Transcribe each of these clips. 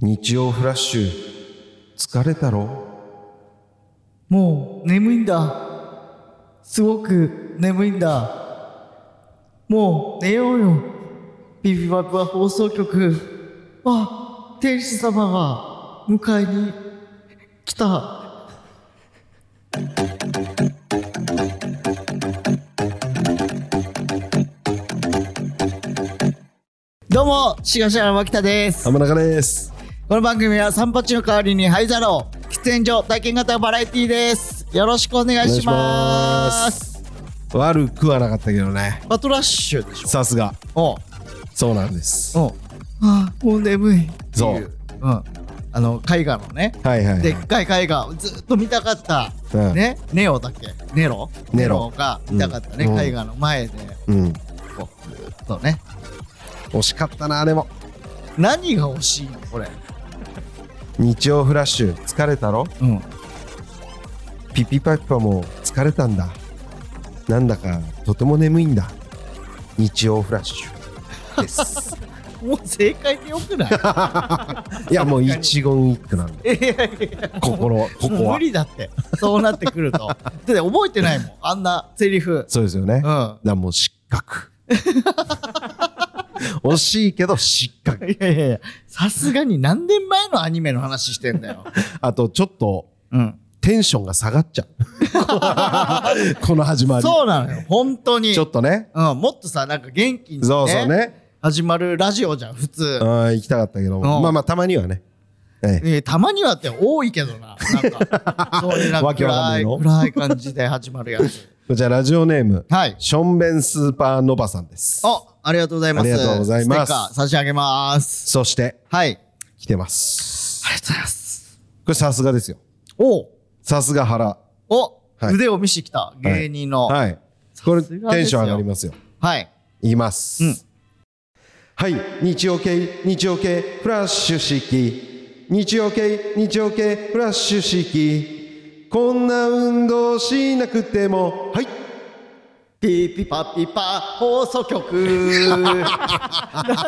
日曜フラッシュ疲れたろもう眠いんだ。すごく眠いんだ。もう寝ようよ。ビビバップは放送局。あ、天使様が迎えに来た。どうも、シガシャラ牧田です。浜中ですこの番組は散髪の代わりに灰皿を喫煙所体験型バラエティーですよろしくお願いします悪くはなかったけどねバトラッシュでしょさすがおうそうなんですおうああもう眠いそうっていうん、あの絵画のねはいはい、はでいっ、かい絵画をずっと見たかった、うんねネオだっけネロネロが見たかったね、うん絵画の前でうんこうずっとね惜しかったなあれも何が欲しいのこれ日曜フラッシュ疲れたろうんピピパピパも疲れたんだなんだかとても眠いんだ日曜フラッシュです もう正解でよく ないいやもう一言一句なんいでやいやいや心ここもうは 無理だってそうなってくると だって覚えてないもんあんなセリフそうですよね、うんだからもう失格 惜しいけど失格いやいやいやさすがに何年前のアニメの話してんだ よあとちょっとうんテンションが下がっちゃう この始まりそうなのよ本当にちょっとねうん、もっとさなんか元気に、ね、そうそうね始まるラジオじゃん普通う、ん行きたかったけども、うんまあまあたまにはね、ええねたまにはって多いけどななん かそういうなんかわけわかんな暗いいの暗い感じで始まるやつこちらラジオネームはいションベンスーパーノバさんですおありがとうございますありがとうございますステッカー差し上げますそしてはい来てますありがとうございますこれさすがですよおうさすが原お、はい腕を見してきた芸人の、はいはいこれさテすがですよンション上がりますよいきます、うんはい日曜系日曜系フラッシュ式日曜系日曜系フラッシュ式こんな運動しなくてもはいピーピパピパ放送 局な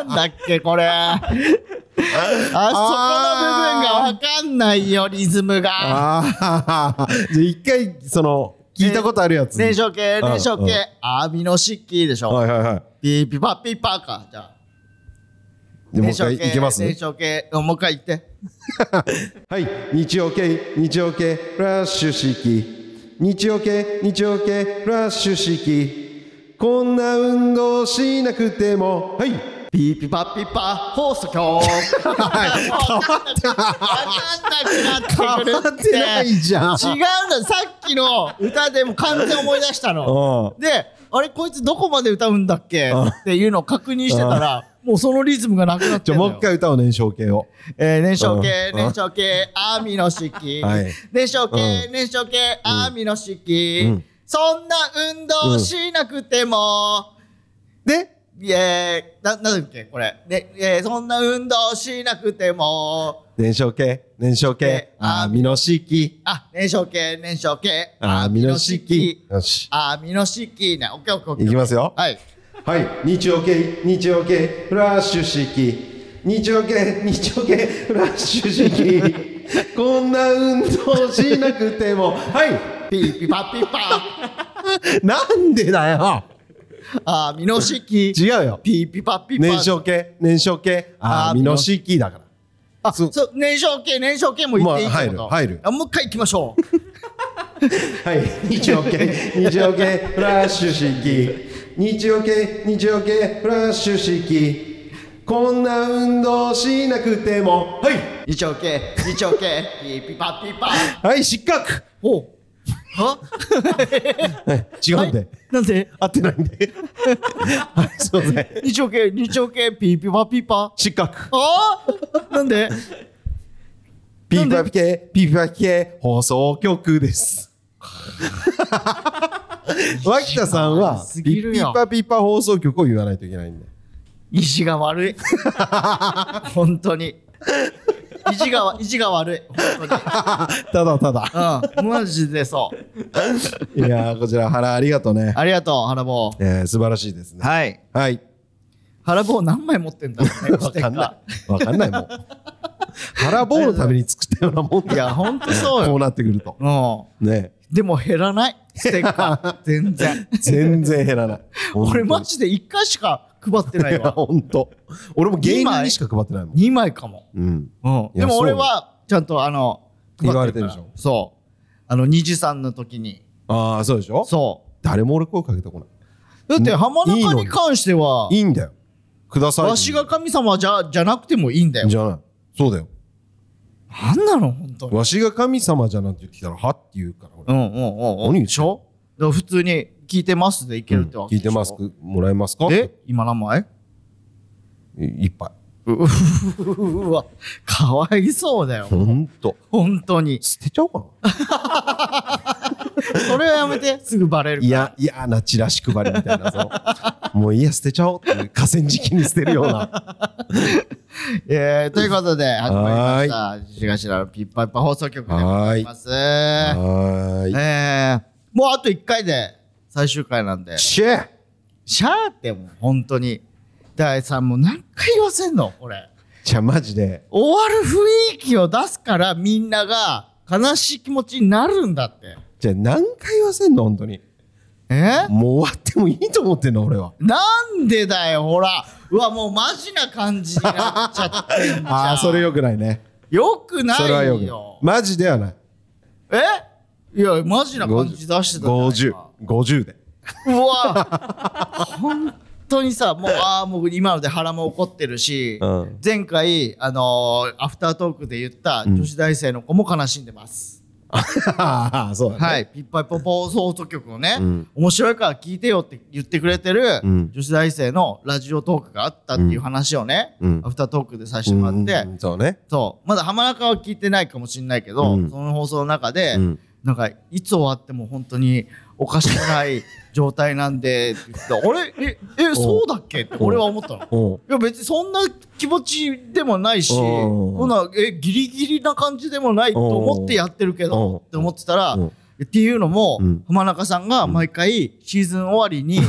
んだっけこれ あそこの部分がわかんないよリズムがああ じゃあ一回その聞いたことあるやつ、燃焼系うん燃焼系アミノ漆器でしょはいはいはいピーピパピパかじゃあでもう一回いきます燃焼系もう一回言ってはい日曜系日曜系フラッシュ式日曜系日曜系フラッシュ式こんな運動しなくてもはいピーピパピパ放送局変わったわかんなくなってくる変わってないじゃん違うんださっきの歌でも完全思い出したのうで、あれ、こいつどこまで歌うんだっけうんっていうのを確認してたら、もうそのリズムがなくなっじてゃんあものうよ一。回歌おう燃焼系をえー、燃焼系、うん燃焼系、アーミの式はい。燃焼系う、燃焼系、アーミのう式ん。そんな運動しなくても、でえー、な、なんだっけ、これ。で、えー、そんな運動しなくても、燃焼系燃焼系でアミノ式あ、燃焼系、燃焼系、アミノ式よしアーミの式ね。オッケーオッケーオッケー。いきますよはい。はい日曜系日曜系フラッシュ式日曜系日曜系フラッシュ 式こんな運動しなくてもはいピーピパピパ。なんでだよあーミノ式 違うよピーピパピパ燃焼系燃焼系あアミノ式だからあそそうう燃焼系燃焼系も言っていいってこと、まあ入る入るあもう一回行きましょうはい、日曜系、日曜系、フラッシュ式。日曜系、日曜系、フラッシュ式。こんな運動しなくても。はい。 二丁系二丁系ピーピパピパはい、失格。お は違うんで、なんで合ってないん で。はい、すいません。二丁系二丁系ピーピパピパ失格。あーなんでピーパピ系、ピーパピ系、放送局 です。脇田さんはす、ピぎるッよパピッパ放送局を言わないといけないんで。意地が悪 い本当に意地が意地が悪い本ただただ。当にうんマジでそういやー、こちら原ありがとうね。ありがとう原坊えー、素晴らしいですね。はいはい。原坊何枚持ってんだろうねわかんない。わかんないもん。腹棒のために作ったようなもんいだよ。や、ほんとそうこよ。うなってくると。うねん。でも減らない。ステッカ ー。全然。全然減らない。 俺マジジで1回しか配ってな いわ。本当。俺も芸人にしか配ってないもん。 2枚かも。うん。うん。いやでも俺は、ちゃんとあの、配っ言われてるでしからょそう。あの、二次さんの時に。ああ、そうでしょそ誰も俺声かけてこなう。だって浜いい中のに関しては、い。いいんだよ。ください。わしが神様じゃ、じゃなくてもいいんだよ。じゃない。そうだよ。なんなの本当に。わしが神様じゃなんて言ってきたら、はって言うから、俺うんうんうんうん。何言ってんのでしょだから普通に聞いてますでいけるってわけ聞いでしょてます。もらえますかで、今名前いいっぱい。 うわ、かわいそうだよ。ほんと。本当に。捨てちゃおうかそれはやめて、すぐバレるな。いや、嫌なチラシ配りみたいなさ。 もういいや、捨てちゃおうっていう河川敷に捨てるよ うな。えー、ということで、始まりました。しがしらのピッパイパ放送局でございます。えはーい。ー、もうあと1回で最終回なんで、シェシャーってもう本当に、大さんもう何回言わせんのこれ。じゃあマジで、終わる雰囲気を出すからみんなが悲しい気持ちになるんだって。じゃあ何回言わせんの本当に。えもう終わってもいいと思ってんの俺は。なんでだよ、ほら。うわ、もうマジな感じになっちゃってんじゃん。ああ、それよくないね。よくないよ。それはよくない。マジではない。えいや、マジな感じ出してたじ50ゃないか。。 50で。 うわ本当にさ、もう、ああ、もう今ので腹も怒ってるし、うん前回、あのーアフタートークで言った女子大生の子も悲しんでます。ああ、そうだね。はい。ピッパイポポ放送局をね、うん面白いから聞いてよって言ってくれてるうん女子大生のラジオトークがあったっていう話をね、うんアフタートークでさせうてんもらって、うんそうね。そう。まだ浜中は聞いてないかもしれないけど、うんその放送の中で、うんなんか、いつ終わっても本当におかしくない状態なんで、って言って、あれえ、え、そうだっけって俺は思ったの。うん。いや別にそんな気持ちでもないし、うんそんな、え、ギリギリな感じでもないと思ってやってるけうんど、って思ってたら、うんっていうのも、うん浜中さんが毎回シーズン終わりに、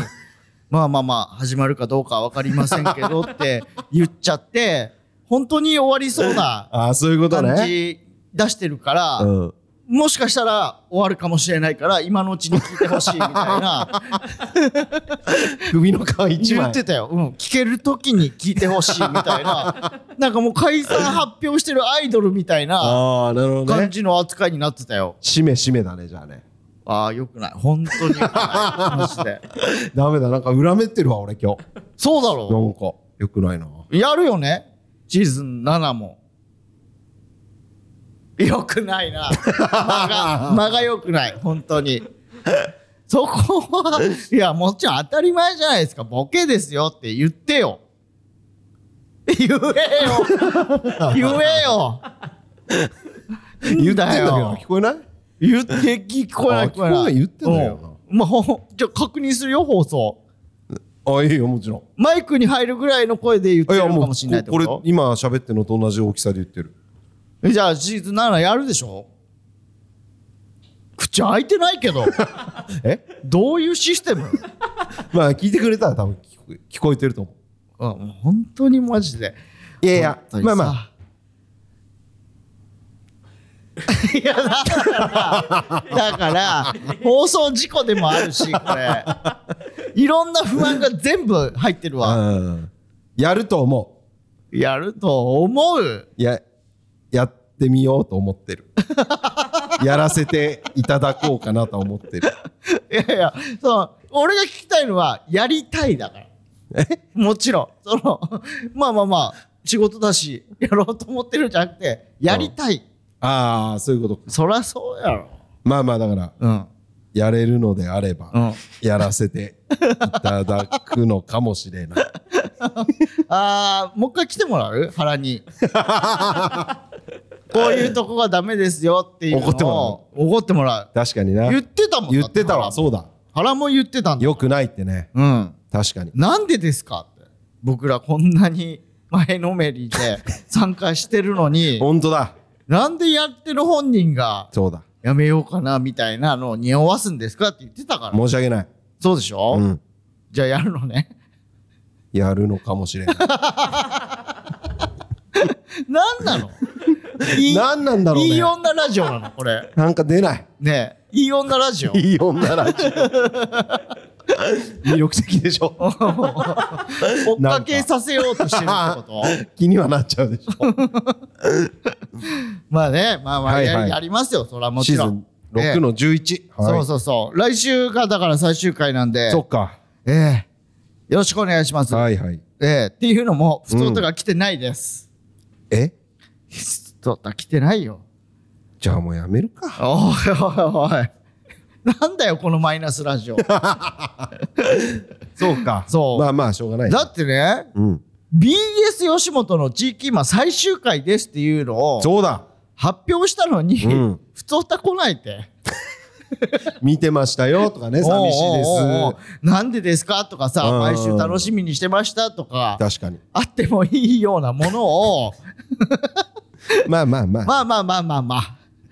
まあまあまあ、始まるかどうかわかりませんけどって 言っちゃって、本当に終わりそうなああ、そういうこと感ね。じ出してるから、うん。もしかしたら終わるかもしれないから、今のうちに聞いてほしいみたい な、首の皮一言枚って。たよ。うん、聞ける時に聞いてほしいみた いな、なんかもう解散発表してるアイドルみたいなああ、なるほど感ね。じの扱いになってたよ。しめしめだね、じゃあね。ああ、よくない。本当によくない。マジで。ダメだ、なんか恨めってるわ、俺今日。そうだろうなんか、よくないな。やるよねシーズン7も。よくないな。間が、間が良くない。本当に。そこは、いや、もちろん当たり前じゃないですか。ボケですよって言ってよ。言え よ。言えよ。言ってんだけんど、聞こえない言って聞こえなあい聞こ聞こええないない言ってんだよなうんまあほんじゃあ確認するよ放送あ、いいよ、もちろん。マイクに入るぐらいの声で言っているやかもうもしれないってここれと今喋ってるのと同じ大きさで言ってるえじゃあシーズン7やるでしょ口開いてないけ どえどういうシステム、まあ聞いてくれたら多分聞こえ聞こえてると思うん、もう本当にマジでういや本当にさ いやだからだから放送事故でもあるしこ れいろんな不安が全部入ってるわうんやると思やると思ううややってみようと思ってる やらせていただこうかなと思ってるいやいやその俺が聞きたいのはやりたいだからえもちろん、その、まあまあまあ、仕事だし、やろうと思ってるんじゃなくて、やりたい。ああそういうことそらそうやろ。まあまあだからうん。やれるのであれば、うんやらせていただくのかもしれないあー、もう一回来てもらう原 に。こういうとこがダメですよっていうのを。怒ってもらう。怒ってもらう。確かに な言ってたもん言ってたわだってそうだ原も原も言ってたんだ。よくないってねうん。確かになんでですかって。僕らこんなに前のめりで参加してるの に、本当だなんでやってる本人が、そうだやめようかなみたいなのを匂わすんですかって言ってたから申し訳ないそうでしょ、うんじゃあやるのね やるのかもしれない何なのいい何 なんだろういねい女ラジオなのこれなんか出ないねえいい女ラジオいい女ラ ジオ魅力的でしょ追っかけさせようとしてるってこと 気にはなっちゃうでしょまあねまあまあはいや,、はいやりますよそらもシちーろズんン、6の11、はいそうそうそう来週がだから最終回なんでそっかええよろしくお願いします、はいはいええっていうのも普通とか来てな いです、え普通とか来てないよじゃあもうやめるかおいおいおいなんだよこのマイナスラジオそうかそうまあまあしょうがないだってねうん、 BS 吉本の地域今最終回ですっていうのをそうだ発表したのに、うん普通歌来ないって見てましたよとかね寂しいですおうおうおうおうなんでですかとかさうん毎週楽しみにしてましたとか確かにあってもいいようなものをまあまあまあまあ、まあまあまあまあ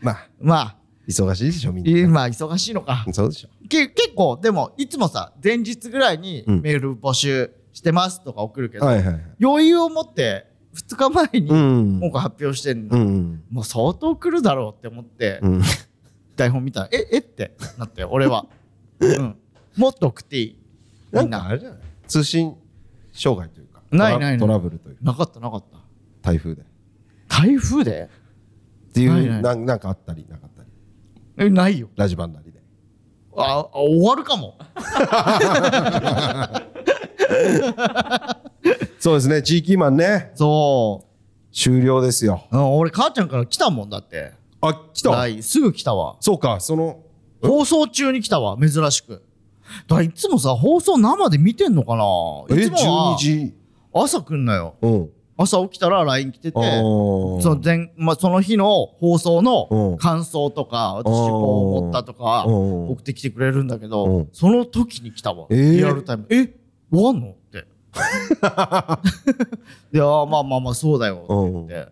まあまあ忙しいでしょみんな今忙しいのかそうでしょけ結構でもいつもさ前日ぐらいにうんメール募集してますとか送るけど、はいはいはい余裕を持って2日前にうん今回発表してんの、うんもう相当来るだろうって思って、うん台本見たらええってなって 俺は、うん、もっと送っていいなみんんかあなれじゃない通信障害というかないトラないないトラブルというかなかったなかった台風でっ台風でていうないないなんなんかあったりなかったりえないよラジバンなりでああ終わるかもそうですね地域マンねそ終了ですよう、うん、俺母ちゃんから来たもんだってあ来た来すぐ来たわそうかその放送中に来たわ珍しくだからいつもさ放送生で見てんのかえないつも12は時朝来んのようん朝起きたら LINE 来てておーその前、まあ、その日の放送うんの感想とか私こう思ったとかうん送ってきてくれるんだけうどんその時に来たわえーリアルタイムえ終わんのって いやーまあまあまあそうだよって言って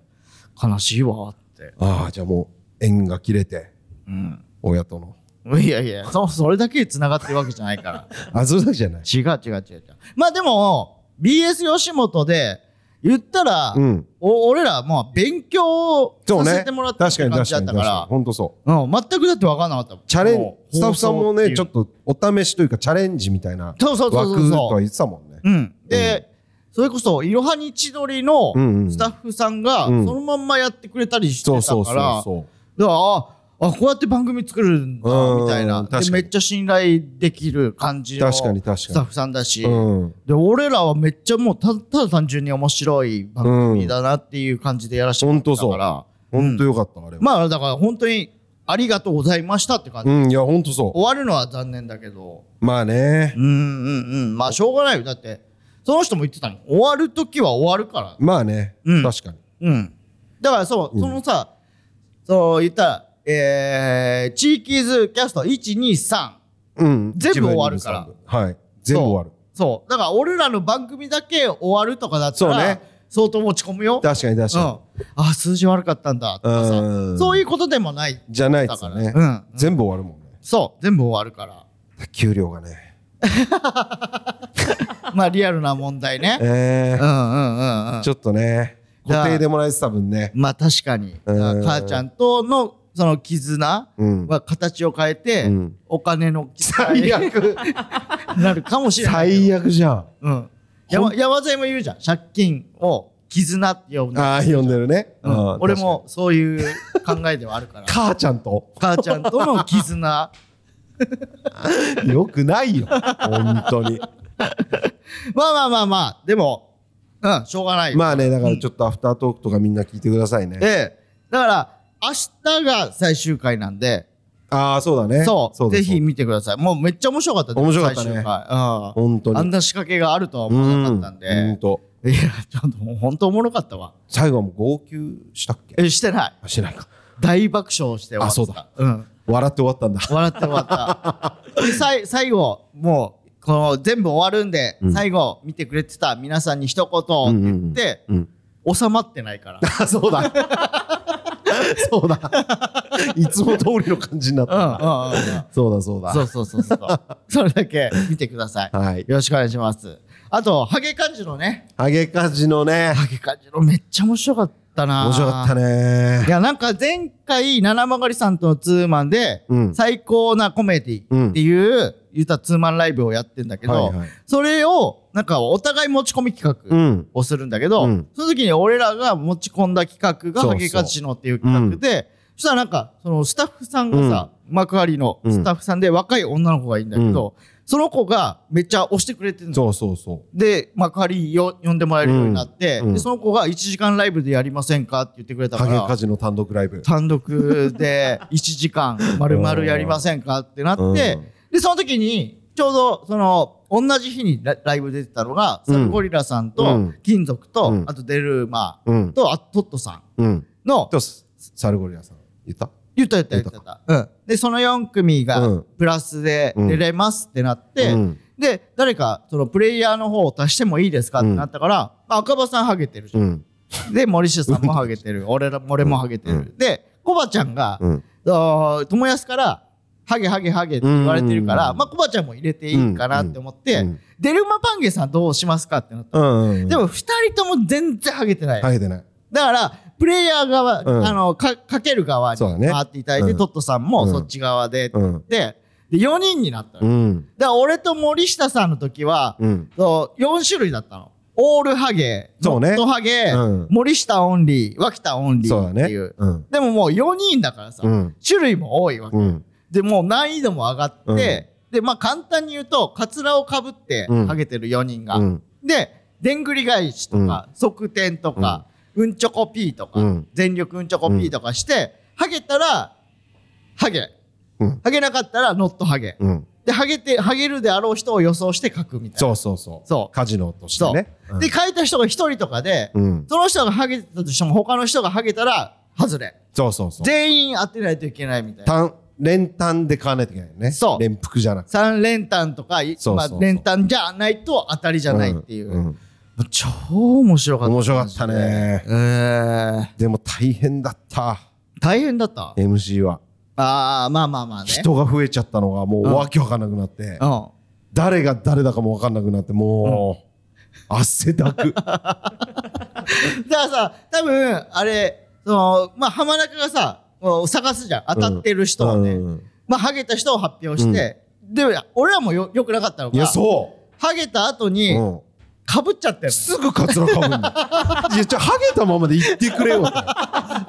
悲しいわってああじゃあもう縁が切れてうん親とのいやいやそそれだけで繋がってるわけじゃない からあそれだけじゃない違う違う違う違うまあでも BS 吉本で言ったら、うんお俺らまあ勉強そうさねせてもらったって感じだったから本当そううん、全くだって分かんなかったもんチャレンもうスタッフさんも放送ていねうちょっとお試しというかチャレンジみたいなそうそうそうそう枠とは言ってたもんねうんで、それこそいろはにちどりのうんうんスタッフさんがそうんのまんまやってくれたりしてたそかうそらうそうだそうからああこうやって番組作るんだうんみたいな確かでにめっちゃ信頼できる感じの確かに確かにスタッフさんだしうんで俺らはめっちゃもうたただ単純に面白い番組だなっていう感じでやらせてもらったから、本当よかったあれはまあだから本当にありがとうございましたって感じ、うんいや本当そ終わるのは残念だけどうまあねうんうんうんまあしょうがないよだってその人も言ってたの終わる時は終わるからまあねうん確かにうんだからそうそのさ、そう言ったらえー、地域ズキャスト123うん全部終わるか一ら番いい部さんはい全部終わるそうだから俺らの番組だけ終わるとかだったらそうね相当持ち込むよ確かに確かうん、あ数字悪かったんだとかさうんそういうことでもないにじゃないでだすかよら、ねうん、全部終わるもんねそう全部終わるから給料がねまあリアルな問題ねえうんうんうんうんーちょっとねじゃあ固定でもらえてた分ねまあ確かにだからうん母ちゃんとのその絆うんは形を変えて、うんお金の最に悪なるかもしれない最悪じゃんうん、山山添も言うじゃん借金を絆って呼ぶの、ああ呼んでるねうんうん俺もそういう考えではある から母ちゃんと母ちゃんとの絆 よくないよ本当にまあまあまあまあでもうんしょうがない、まあねだからちょっとアフタートークとかみんな聞いてくださいねでだから明日が最終回なんでああそうだねそうだぜひそう見てくださいもうめっちゃ面白かったです面白かったね最終回、うんだ、本当にあんな仕掛けがあるとはう思わんなかったんで、ほんといやちょっともう本当おもろかったわ最後はもう号泣したっけえしてないあしないか大爆笑して終わったあそうだうん笑って終わったんだ笑って終わったでさい最後もうこの全部終わるんで、うん最後見てくれてた皆さんに一言って言って、うん収まってないからあ そうだそうだ いつも通りの感じになっうんたうんうん うんそうだそうだそうそうそうそうそれだけ見てください、はいよろしくお願いしますあとハゲ漢字のねハゲカジのねハゲ漢字のめっちゃ面白かっったな面白かったねいや、なんか前回、七曲さんとのツーマンで、うん最高なコメディっていう、言ったらツーマンライブをやってんだけど、はいはいそれを、なんかお互い持ち込み企う画んをするんだけうど、んその時に俺らが持ち込んだ企画そうそが、うハゲカジノっていう企画で、そしたらなんか、そのスタッフさんがさ、幕張のスタッフさんで若い女の子がいいんだけど、その子がめっちゃ押してくれてるの。そうそうそで、幕張よ呼んでもらえるようになって、うんうんでその子が1時間ライブでやりませんかって言ってくれうたかハゲら、カジの単独ライブ単独 で1時間丸々やりませんかってなって、うんでその時にちょうどその同じ日にラライブ出てたのが、うんサルゴリラさんうとん金属と、うんあとデルマうんとあとトットさうんんのでもサルゴリラさん言った言った言った言った言ったうん、でその4組うがんプラスでうん出れますってなって、うんで誰かそのプレイヤーの方を足してもいいですかってなったから、まあ、赤羽さんハゲてるじゃん、うんで森下さんもハゲてる俺ら俺もハゲてる、うんでコバちゃんが、うんあー友安からハゲハゲハゲって言われてるから、うんまあ、コバちゃんも入れていいかなって思って、うんうんデルマパンゲさんどうしますかってなった、うんうんでも2人とも全然ハゲてない、ハゲてないだからプレイヤー側、うんあのかかける側にそうだね回っていただいて、うんトットさんもそっち側でってう言んって、で4人になったの、うだかんら俺と森下さんの時は、うんそう4種類だったのオールハゲそノうねットハゲ、うん森下オンリー脇田オンリそうーだってねいううんでももう4人だからさ、うん種類も多いわけ、うんでもう難易度も上がって、うんでまあ簡単に言うとカツラをかぶってうんハゲてる4人が、うんででんぐり返しとか、側転とか、うん、ちょこピーとか、うん全力うんちょこピーとかして、ハゲたらハゲうんハゲなかったらノットハゲ、うんでハゲてハゲるであろう人を予想して書くみたいなそうそうそうそうカジノとしてそう、ねで書いた人が1人とかで、うんうんその人がハゲてたとしても他の人がハゲたら外れそうそうそう全員当てないといけないみたいな単連単で買わないといけないよねそう連服じゃなくて三連単とかいそうまそうそあう連単じゃないと当たりじゃないっていう、んん超面白かった面白かったねえー、でも大変だった大変だった MC はああまあまあまあね人が増えちゃったのがもううんわけわかんなくなってうん誰が誰だかもわかんなくなってもう汗だくだからさ多分あれそのまあ浜中がさもう探すじゃん当たってる人をね、うんまあハゲた人を発表して、で俺らもよよくなかったのいかやそハゲた後うにうんかぶっちゃったよね、すぐカツラかぶ んのいやじゃあハゲたままで言ってくれよって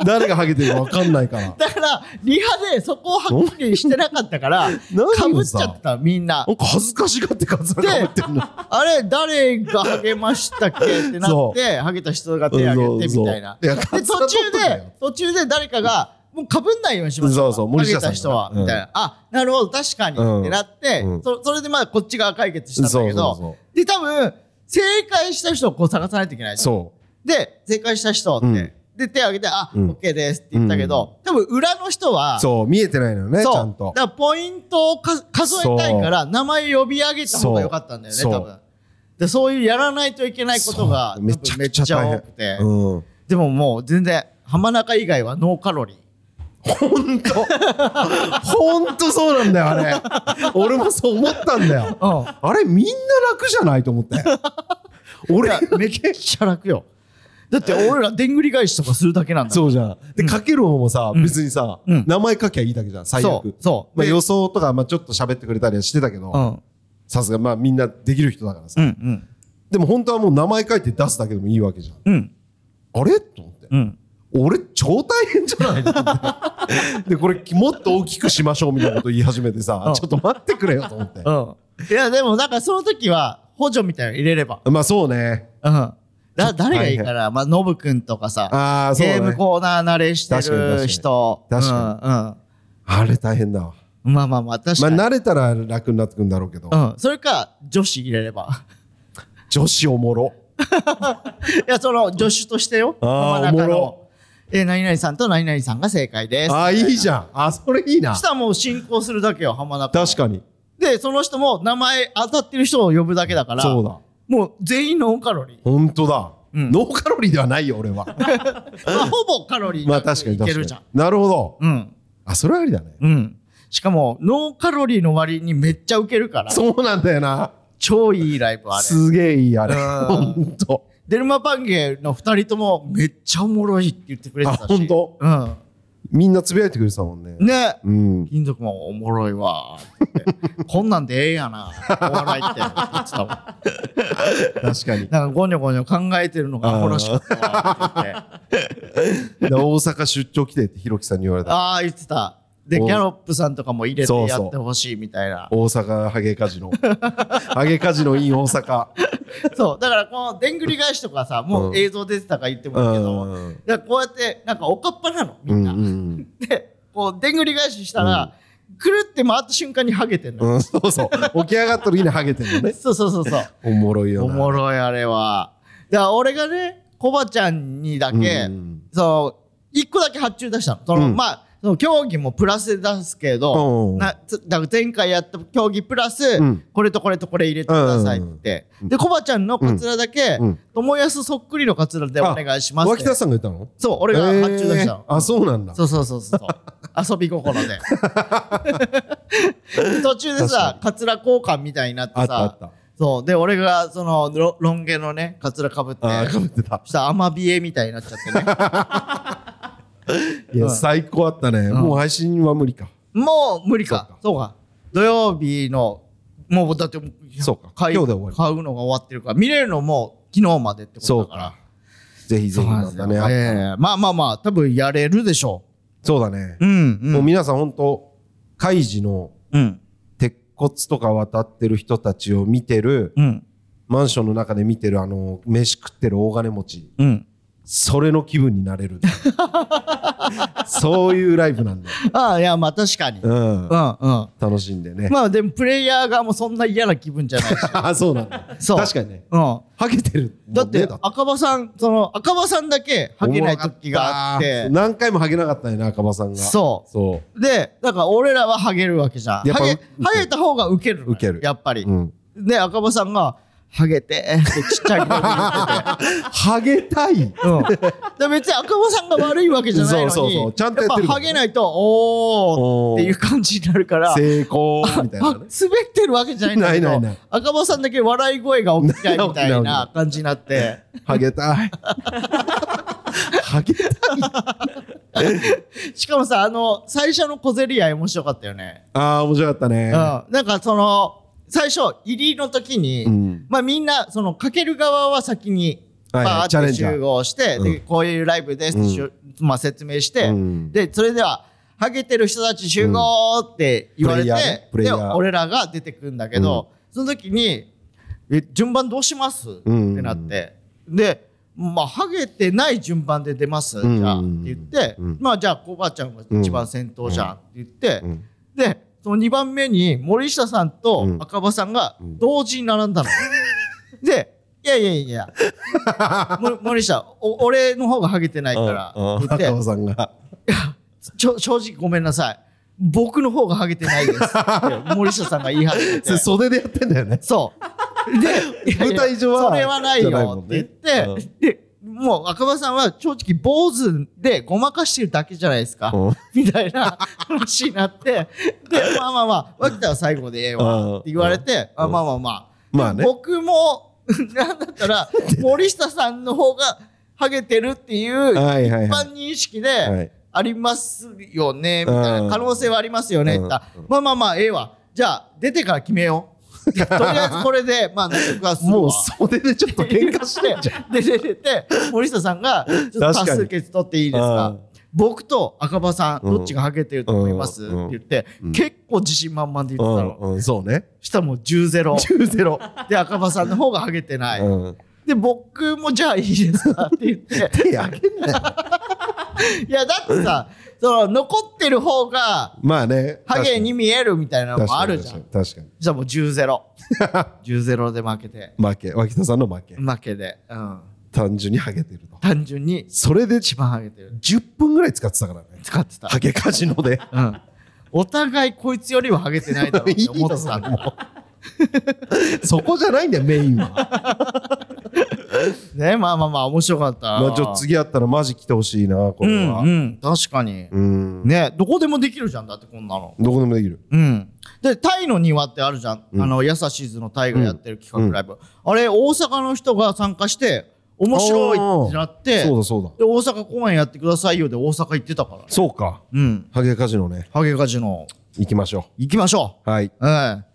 誰がハゲてるかわかんないからだからリハでそこをはっきりしてなかったからか 何ぶをっちさゃってたみんななんか恥ずかしがってカツラかぶってんの あれ誰がハゲましたっけってなそってハゲた人が手挙げてみたいな。うんでそうそういや途中カツラ取ったんだでよ途中で誰かがもうかぶんないようにしましたそうそう森下さんがハゲた人はうんみたいなあなるほど確かにうんってなってうんそそれでまあこっちが解決したんだけそうそうどそで多分正解した人をこう探さないといけないじゃんそで正解した人ってうんで手挙げて「あうん OK です」って言ったけど多分裏の人はうそう見えてないのよねちそうゃんとだからポイントをか数えたいから名前呼び上げた方がよかったんだよねそう多分でそういうやらないといけないことがそうめめちちゃゃめくっちちゃゃ大多変くて、うんでももう全然浜中以外はノーカロリーほんとほんとそうなんだよあ れ俺もそう思ったんだようんあれみんな楽じゃないと思って 俺いやめっちゃ楽よだって俺らでんぐり返しとかするだけなん だそうじゃんで書ける方もさ別にさうん名前書きゃいいだけじゃん最そう悪そうまあで予想とかまあちょっと喋ってくれたりはしてたけうどんさすがまあみんなできる人だからうさんうんでも本当はもう名前書いて出すだけでもいいわけじゃんうんあれと思ってうん俺超大変じゃないと思ってでこれもっと大きくしましょうみたいなこと言い始めてうさんちょっと待ってくれよと思っていやでもなんかその時は補助みたいなの入れればまあそうねうんだ誰がいいかなまあノブくんとかさああそうゲームねコーナー慣れして確かに確かるに人。確かあれ大変だわに。うん。まあまあまあ、確まかあに。慣れたら楽になってくんだろうけどうん。それか、女子入れれば。 女子おもろいや、その、助手としてよ。あー真んおも中のろ。えー、何々さんと何々さんが正解です。ああいいじゃんあそれいいなそしたらもう進行するだけよ、浜中。確かにで、その人も名前当たってる人を呼ぶだけだから、そうだもう全員ノーカ ロリー。本当だうんノーカロリーではないよ俺 はまあ、ほぼカロリーまなあく確かにいけ確るじゃかんに。なるほどうん。あそれはありだねうん。しかも、ノーカロリーの割にめっちゃウケるから、そうなんだよな超いいライブあれ。すげえいいあれうん本当デルマパンゲの二人ともめっちゃおもろいって言ってくれてたしあほんとうんみんなつぶやいてくれてたもんね。ねうん。金属もおもろいわ ーってこんなんでええやなお笑いって言ってたもん確かに。なんかゴニョゴニョ考えてるのがアホらしかったわって言っ てで大阪出張来てってひろきさんに言われた。ああ言ってたでギおャロップさんとかも入れてそうやそうってほしいみたいな大阪ハゲカジノ。 ハゲカジノ in 大阪。そうだからこのでんぐり返しとかさもう映像出てたから言ってもういいけんど、うだからこうやってなんかおかっぱなのみんんな、うん。でこうでんぐり返ししたら、くるって回った瞬間にハゲてんうの、ん、そうそう。起き上がった時にハゲてんのね。そうそうそうそうおもろいよおな。もろいあれはだから俺がねコバちゃんにだけ、うんそう1個だけ発注出したのその、うんまあその競技もプラスで出すけど、うんなつだから前回やった競技プラス、うんこれとこれとこれ入れてくださいって言って、でコバちゃんのカツラだけ、うんうん友安そっくりのカツラでお願いしますっ脇て田さんが言ったのそう俺が発注出したの、えーあ、そうなんだ。そうそうそうそう 遊び心で途中でさカツラ交換みたいになってあったあっさた。そうで俺がそのロロン毛のねカツラかぶってあー、かぶってた。そしたらアマビエみたいになっちゃってねいうや、ん最高あったね。んもう配信は無理か。もう無理か。そそうか。土曜日の、もうだって、そうか買い今日で終わり買うのが終わってるから、見れるのも昨日までってこそとうだからか。。ぜひぜひなんまですたよね。あええまあまあまあ、多分やれるでしょそうだねう。。うん、う。もうん皆さん本当、カイジのうん。鉄骨とか渡ってる人たちを見てる、うん。マンションの中で見てるあの、飯食ってる大金持ち。うん。それの気分にな れる。そういうライブなんだよ。ああ、いや、まあ確かに。ううん、うん。ん。ま楽しんでね。あでも、プレイヤー側もそんな嫌な気分じゃ ないし。あ、そうなんだ。そう確かにね。うん。ハゲてるだもっんね。て、赤羽さん、その、赤羽さんだけ、はけない時があって、何回もハゲなかったよね、赤羽さんが。そうそで、だから俺らはハゲるわけじゃん。やっぱハゲウケるハゲた方がウケるのよ。ウケるやっぱりう。。うん。で、赤羽さんが、ハゲてーってちっちゃい声で言ってて。ハゲたい。うん、だから別に赤羽さんが悪いわけじゃないのにそうそうそうちゃんとやってるっぱハゲないとおーっていう感じになるから成功みたいあな滑ね。ってるわけじゃないんだけどないないない赤羽さんだけ笑い声が起きないみたないいなな感じになってハゲたい。ハゲたい。しかもさあの最初の小競り合い面白かったよね、ああ、面白かったね。うん、なんかその最初入りの時に、うんまあみんなそのかける側は先にはいはいバチャーっレンてジャー集合して、うでこういうライブですってしゅ、まあ、説明して、うんでそれではハゲてる人たち集合って言われプレイて、ヤーねプレイでヤー俺らが出てくんだけど、その時にえ順番どうします、んってなってでまあハゲてない順番で出ます、んじゃあって言って、うんまあじゃあコバちゃんが一番先頭じゃんって言って、うんでその2番目に森下さんとうん赤羽さんが同時に並 んだの。で「いやいやいやいやも森下お俺の方がハゲてないから」うんって赤言っ羽てさんが。ちょ正直ごめんなさい僕の方がハゲてないです」って森下さんが言い始めてそれ袖でやってんだよね。そう。で、いやい舞や台上はそれはないじゃないもよんってね言って、で、もう赤羽さんは正直坊主でごまかしてるだけじゃないですか。うん みたいな話になって、で、まあまあまあ、脇田は最後でええうんわって言われて、あうんまあまあまあ。まあね僕も、 なんだっ たら、森下さんの方がハゲてるっていう一はいはいはい般認識はいで、ありますよね、みたいうんな。可能性はありますよね、うんって言ったらまあまあまあ、ええわ。じゃあ、出てから決めよう。とりあえずこれで、まあ、納得はするわもう袖でちょっと喧嘩してんじゃん。 で出てって森下さんが「ちょっと確か多に数決取っていいでうすかん?」僕と赤羽さん、うんどっちがハゲてると思います、うんって言って、結構自信満々で言ってたの、うんうん、そうね。したらもう10 ゼロ10ゼロ。で赤羽さんの方がハゲてない、うんで僕もじゃあいいですかって言 って手あげんなよ。いやだってさその残ってる方がまあね。ハゲに見えるみたいなの確もあかにるじゃんそ確かに確かに。したらもう10 ゼロ10ゼロで負けて負け。脇田さんの負け。負けで、うん、単純にハゲてると。単純にそれで一番ハゲてる10分ぐらい使ってたからね。使ってたハゲカジノで。うんお互いこいつよりはハゲ てないだろうって思ってたんだいいよそこじゃないんだよ、メインは。ねまあまあまあ面白かったまあ、ちょっと次あったらマジ来てほしいな、こうれんは。うん確かに、うん。ねどこでもできるじゃんだってこんなのどこでもできる。うんでタイの庭ってあるじゃん、あの優しいずのタイがやってる企画ライブ、あれ大阪の人が参加して面白いってなって、そうだそうだで、大阪公演やってくださいよで大阪行ってたから。そうかうん。ハゲカジノねハゲカジノ、行きましょ行きましょうはい、う。うん。あ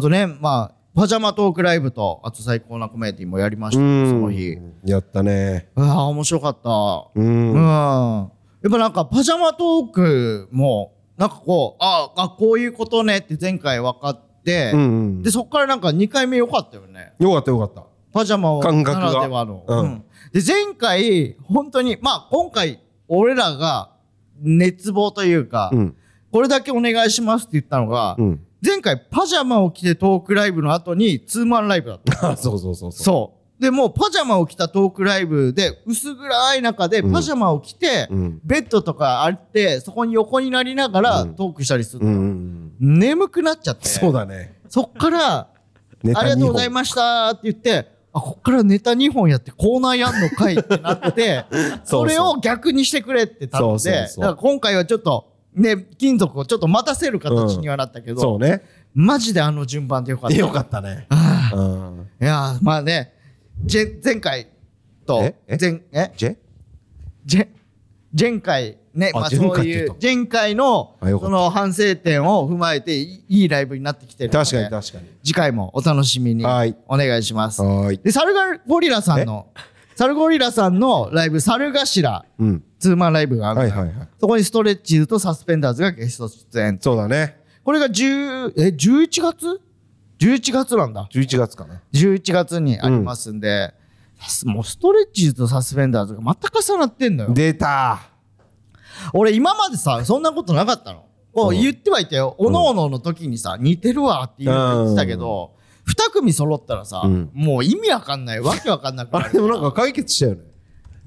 とね、まあ、パジャマトークライブと、あと最高なコメディもやりました、そうんの日。やったねああ、面白かった。うんうん。やっぱなんか、パジャマトークも、なんかこう、ああ、こういうことねって前回分かって、うんうんで、そこからなんか2回目良かったよね。よかったよかったパジャマを感覚ながらではの。うんうんで、前回、本当に、まあ、今回、俺らが熱望というか、うんこれだけお願いしますって言ったのが、 うん前回パジャマを着てトークライブの後にツーマンライブだった。あそうそうそうそうそう。で、もうパジャマを着たトークライブで、薄暗い中でうんパジャマを着て、うんベッドとかあって、そこに横になりながらうんトークしたりする。うんうんうん眠くなっちゃって。そうだねそっから、 ネありがとうございましたって言って、あ、こっからネタ2本やってコーナーやんのかいってなって、 そうそれを逆にしてくれって頼んそうそうで、そうだから今回はちょっと、ね、金属をちょっと待たせる形にはなったけすそど、うねマジであの順番でよかった。よかったねあうんーいやー、まあね、ぜ前回と、え前え、え、ジェ前前回ね、あまあ前回そうってい言う、前回の、あよかそったの反省点を踏まえて、いいいライブになってきてるので確かに確かに次回もお楽しみにはいお願いします。はーいで、サルガゴリラさんの、サルゴリラさんのライブ、サルガシラ、うんツーマンライブがある、はいはいはいそこにストレッチーズとサスペンダーズがゲスト出演。そうだねこれが10、え、11月 ?11 月なんだ。 11月かな11月にありますんで、さすもうストレッチーズとサスペンダーズがまた重なってんのよ。出た俺今までさ、そんなことなかったの。こううん言ってはいたよ。おのおのの時にさ、似てるわっていうの言ってたけど、二組揃ったらさ、うんもう意味わかんない、わけわかんなくなある れでもなんか解決したよね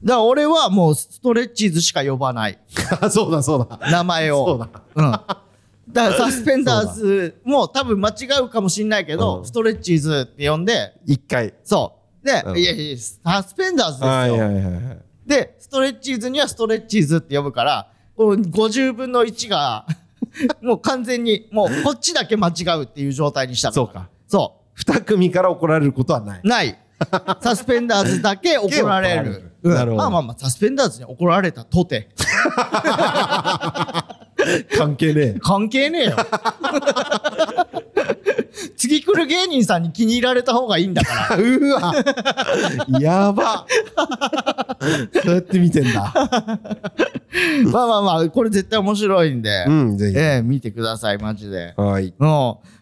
だから俺はもうストレッチーズしか呼 ばない。あ そうだそうだ名前を。そうだ。うん。だからサスペンダーズも多分間違うかもしんないけど、うんストレッチーズって呼んで、一回そう。で、うんいやいや、サスペンダーズですよ。はいはいはいはいで、ストレッチーズにはストレッチーズって呼ぶから、こう50分の1が、 もう完全に、もうこっちだけ間違うっていう状態にしたから。そうか。そ。二組から怒られることはないうない。サスペンダーズ だけ怒られだけ怒られるる。なるほどまあまあまあ、サスペンダーズに怒られたとて。 関係ねえ関係ねえよ。 次来る芸人さんに気に入られた方がいいんだから。あ。 うわやばそうやって見てんだ。まあまあまあ、これ絶対面白いんで、うん、ぜええ見てください、マジで。ひ。はい。うん。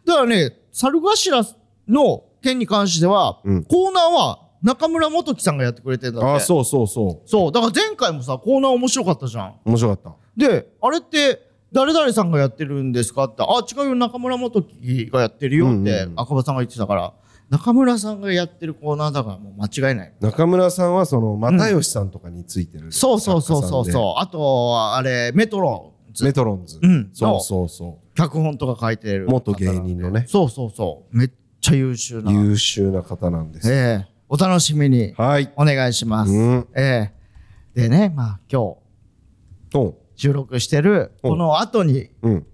だからね、猿頭の件に関しては、うんコーナーは中村元樹さんがやってくれてんだって。あ、う。そうそうそそう。だから前回もさ、コーナー面白かったじゃん。う。面白かっで、あれって、誰々さんがやってるんですかって、あ、違うよ、中村元樹がやってるようっんうんてうん、赤羽さんが言ってたから、中村さんがやってるコーナーだからもう間違いない。た。中村さんはその又吉さんとかについてる、そうそうそうそ作う家そう。あと、あれ、メトロさんンでズメトロンズ。うんそうそうそ脚本とか書いてる。う。元芸人のね、そうそうそう。めっちゃ優秀な。え優秀な方なんです。えお楽しみにはい。お願いします。うんええでね、まあ今と、日収録してる、うんこの後にうん。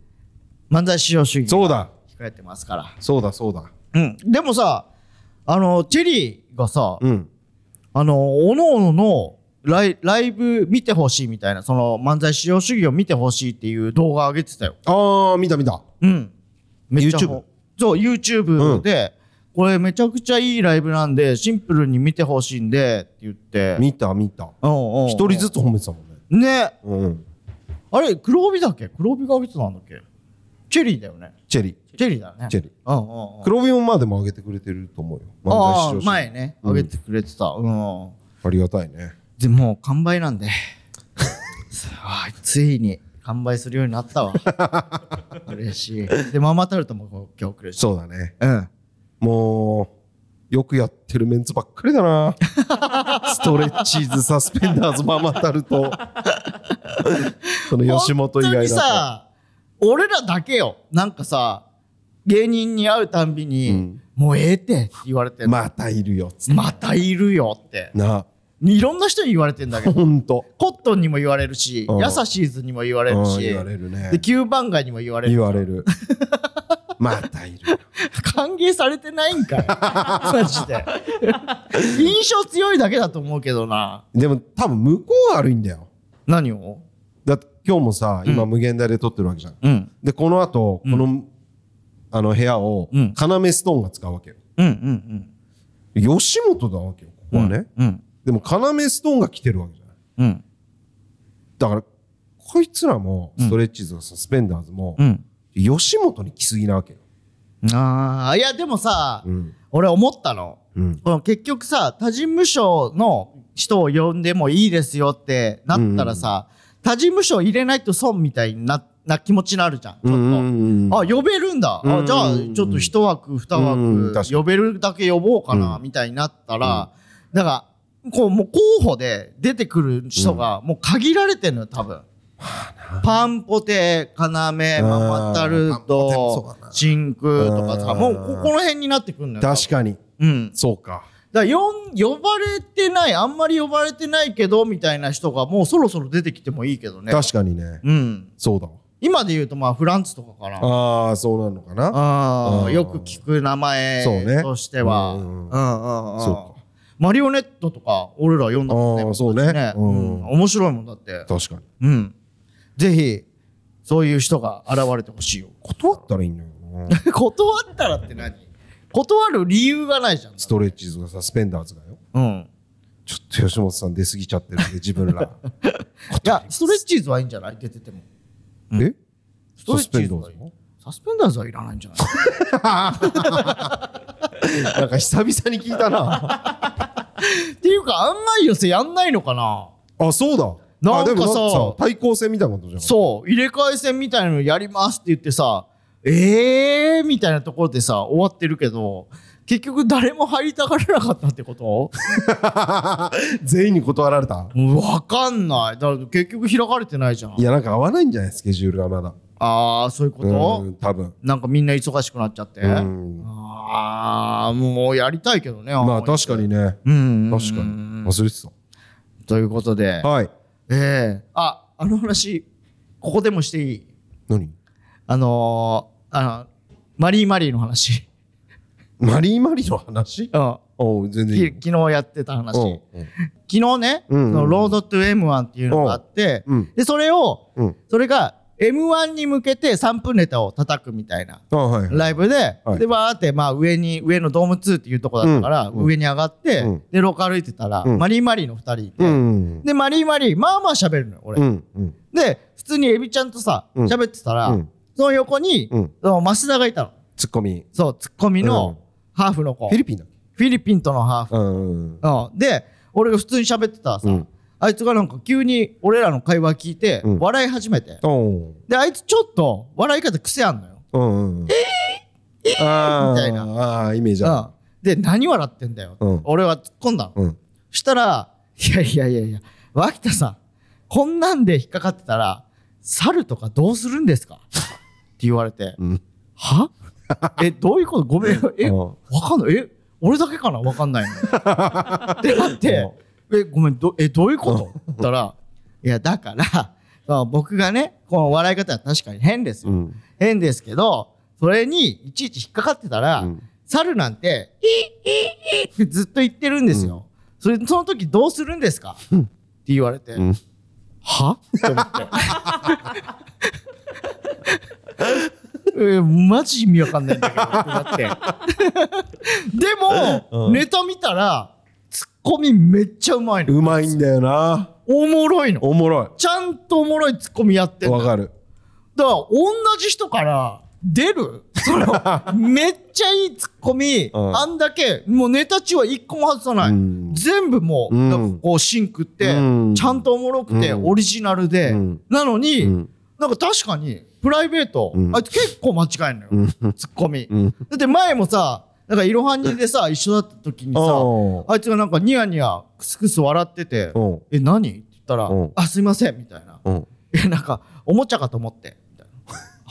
漫才至上主義そうだ。控えてますから。そうだそうだ。うん。でもさ、あの、チェリーがさ、うん。あの、おのおののライライブ見てほしいみたいな、その漫才至上主義を見てほしいっていう動画上げてたよ。あー、見た見た。うん。めっちゃ YouTube？そう、YouTube で、これめちゃくちゃいいライブなんで、シンプルに見てほしいんで、って言って。見た見た。うんうんうん一人ずつ褒めてたもんね。ね。うん。あれ、黒帯だっけ黒帯が上げてたんだっけチェリーだよね。チェリチェリーだよね。ー。チェリー。うんうんうん。黒帯もまあでも上げてくれてると思うよ。あ漫あ才、師匠前ね。上げてくれてた。うん。ありがたいね。でも、完売 なんで。ああついに完売するようになっ たわ。嬉しい。で、ママタルトもこう今日来るし。そうだね。うん。もう、よくやってるメンツばっかりだ な。ストレッチーズ、サスペンダーズ、ママタルト。その吉本以本当外だにさ俺らだけよなんかさ芸人に会うたんびに、うんもうええってって言われてと。んのまたいるよ、つっまたいるよっててな。いろんな人に言われてんだけどほんと。コットンにも言われるしうんヤサシーズにも言われるうんし言われるねで。9番街にも言われる言われる。またいる。歓迎されてないんかい マジで印象強いだけだと思うけどなでも多分向こう悪いんだよ。何をだって今日もさ、今うん無限大で撮ってるわけじゃん。うんで、この後、こうんの、あの部屋を、うん要ストーンが使うわけよ。うんうん吉本だわけよ、ここうんはね。うんでも要ストーンが来てるわけじゃない。うんだから、こいつらも、うんストレッチーズとかサスペンダーズも、うん吉本に来すぎなわけよ。ああいやでもさ、うん。俺思ったのうん。この結局さ他事務所の人を呼んでもいいですよってなったらさ、他事務所入れないと損みたいなな気持ちになるじゃんちょっと、うんあ呼べるんだ、うんあじゃあちょっと一枠二うん枠確かに呼べるだけ呼ぼうかな、うんみたいになったら、だからこうもう候補で出てくる人がもう限られてるのよ多分、パンポテ要ママタルパンポトテもそうだな真空とかさうんもうここの辺になってくるのよ確かかに。に、うん、そうか。だから呼ん呼ばれてないあんまり呼ばれてないけどみたいな人がもうそろそろ出てきてもいいけどね確かにね。うんそうだわ。今で言うとまあフランスとかかなああ、そうなのかな。あうあんよく聞く名前そうねとしてはううんううんんうんんうんそマリオネットとか俺ら読んだもんねああそうね昔ううんん面白いもんだって確かに。うんぜひそういう人が現れて ほしいよ断ったらいいんだよ な。断ったらって何断る理由がないじゃんストレッチーズがサスペンダーズがよ。うんちょっと吉本さん出過ぎちゃってるんで、自分 ら。いやストレッチーズはいいんじゃない出ててもえストサレスッチペーンズダはーいズいもサスペンダーズはいらないんじゃない なんか久々に聞いたな。っていうか案内寄せやんないのかなあ、そうだ。なんかさあでもだって対抗戦みたいなことじゃん。そう入れ替え戦みたいなのやりますって言ってさえーみたいなところでさ終わってるけど結局誰も入りたがらなかったってこと全員に断られた。わかんないだから結局開かれてないじゃんいや、なんか合わないんじゃないスケジュールがまだ。ああそういうこうとん多分。なんかみんな忙しくなっちゃってうんああもうやりたいけどねまあ確かにね。うん確かに。忘れてということでた。はい。ええああの話ここでもしていい何あのー、あのマリーマリーの話、マリーマリーの話うん、おう全然いいきよ。昨日やってた話、うん昨日ね、うんうんうんそのロードトゥ M1 っていうのがあって、うんうんでそれを、うんそれが M1 に向けて3分ネタを叩くみたいなあはいはい。ライブで、はいでバーってまあ上に上のドーム2っていうとこだったから、うんうん上に上がって、うんで廊下歩いてたら、うんマリーマリーの2人いて、うん。でマリーマリーまあまあ喋るのよ俺、うん。うん。で普通にエビちゃんとさうん喋ってたら、うんその横に、うんその増田がいたのツッコミ。そうツッコミうんのハーフの子、フィリピンだっけフィリピンとのハーフ。うん。うん、で、俺が普通に喋ってたらさ、うんあいつがなんか急に俺らの会話聞いて、うん笑い始めて。おうで、あいつちょっと笑い方癖あんのよ。うんうん。えみたみたいなな。あーイメージあうん、で、何笑ってんだよ。うん俺は突っ込んだの。る。うん。したら、いやいやいやいや、脇田さん、こんなんで引っかかってたら、猿とかどうするんですかって言われて、うんはえ、どういうことごめん。え、うんわかんない。え、俺だけかなわかんないの。 ってなって、え、ごめん、ど、え、どういうことって言ったら、いや、だから、 その僕がね、この笑い方は確かに変ですよ。うん変ですけど、それにいちいち引っかかってたら、うん猿なんて、いいいいいってずっと言ってるんですよ。それ、その時どうするんですか、って言われて、うんはって思って。えーマジ意味わかんないんだけど ってなって。でも、うんネタ見たら、ツッコミめっちゃうまいの。うまいんだよな。おもろいの。おもろちゃんとおもろいツッコミやってい。んだわよかる。だから同じ人から出るそ のめっちゃいいツッコミ、うんあんだけもうネタ中は一個も外さない、うん全部もう、うんだからこうシンクって、うんちゃんとおもろくて、うんオリジナルで、うんなのに、うんなんか確かにプライベート、うんあいつ結構間違えんのよ、うんツッコミ、うんだって前もさなんかいろはにでさ一緒だった時にさおうあいつがなんかニヤニヤクスクス笑ってておう「え何?」って言ったらおう「あすいません」みたいなうん。いや なんかおもちゃかと思って」みたい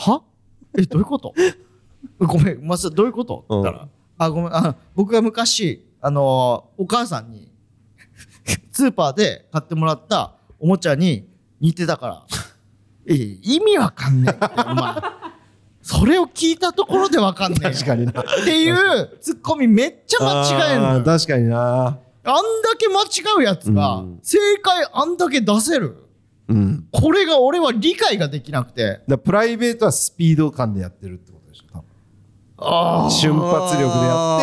な「はえどういうこと ごめんまさどういうこと?」って言ったら「うあごめんあ僕が昔あのーお母さんに スーパーで買ってもらったお もちゃに似てたからえ意味わかんないってお前それを聞いたところでわかんねえよ。確かにな。っていうツッコミめっちゃ間違えんのよあー確かにな。あんだけ間違うやつがうん正解あんだけ出せるうん。これが俺は理解ができなくてだからプライベートはスピード感でやってるってことでしょ多分あー瞬発力でやあっ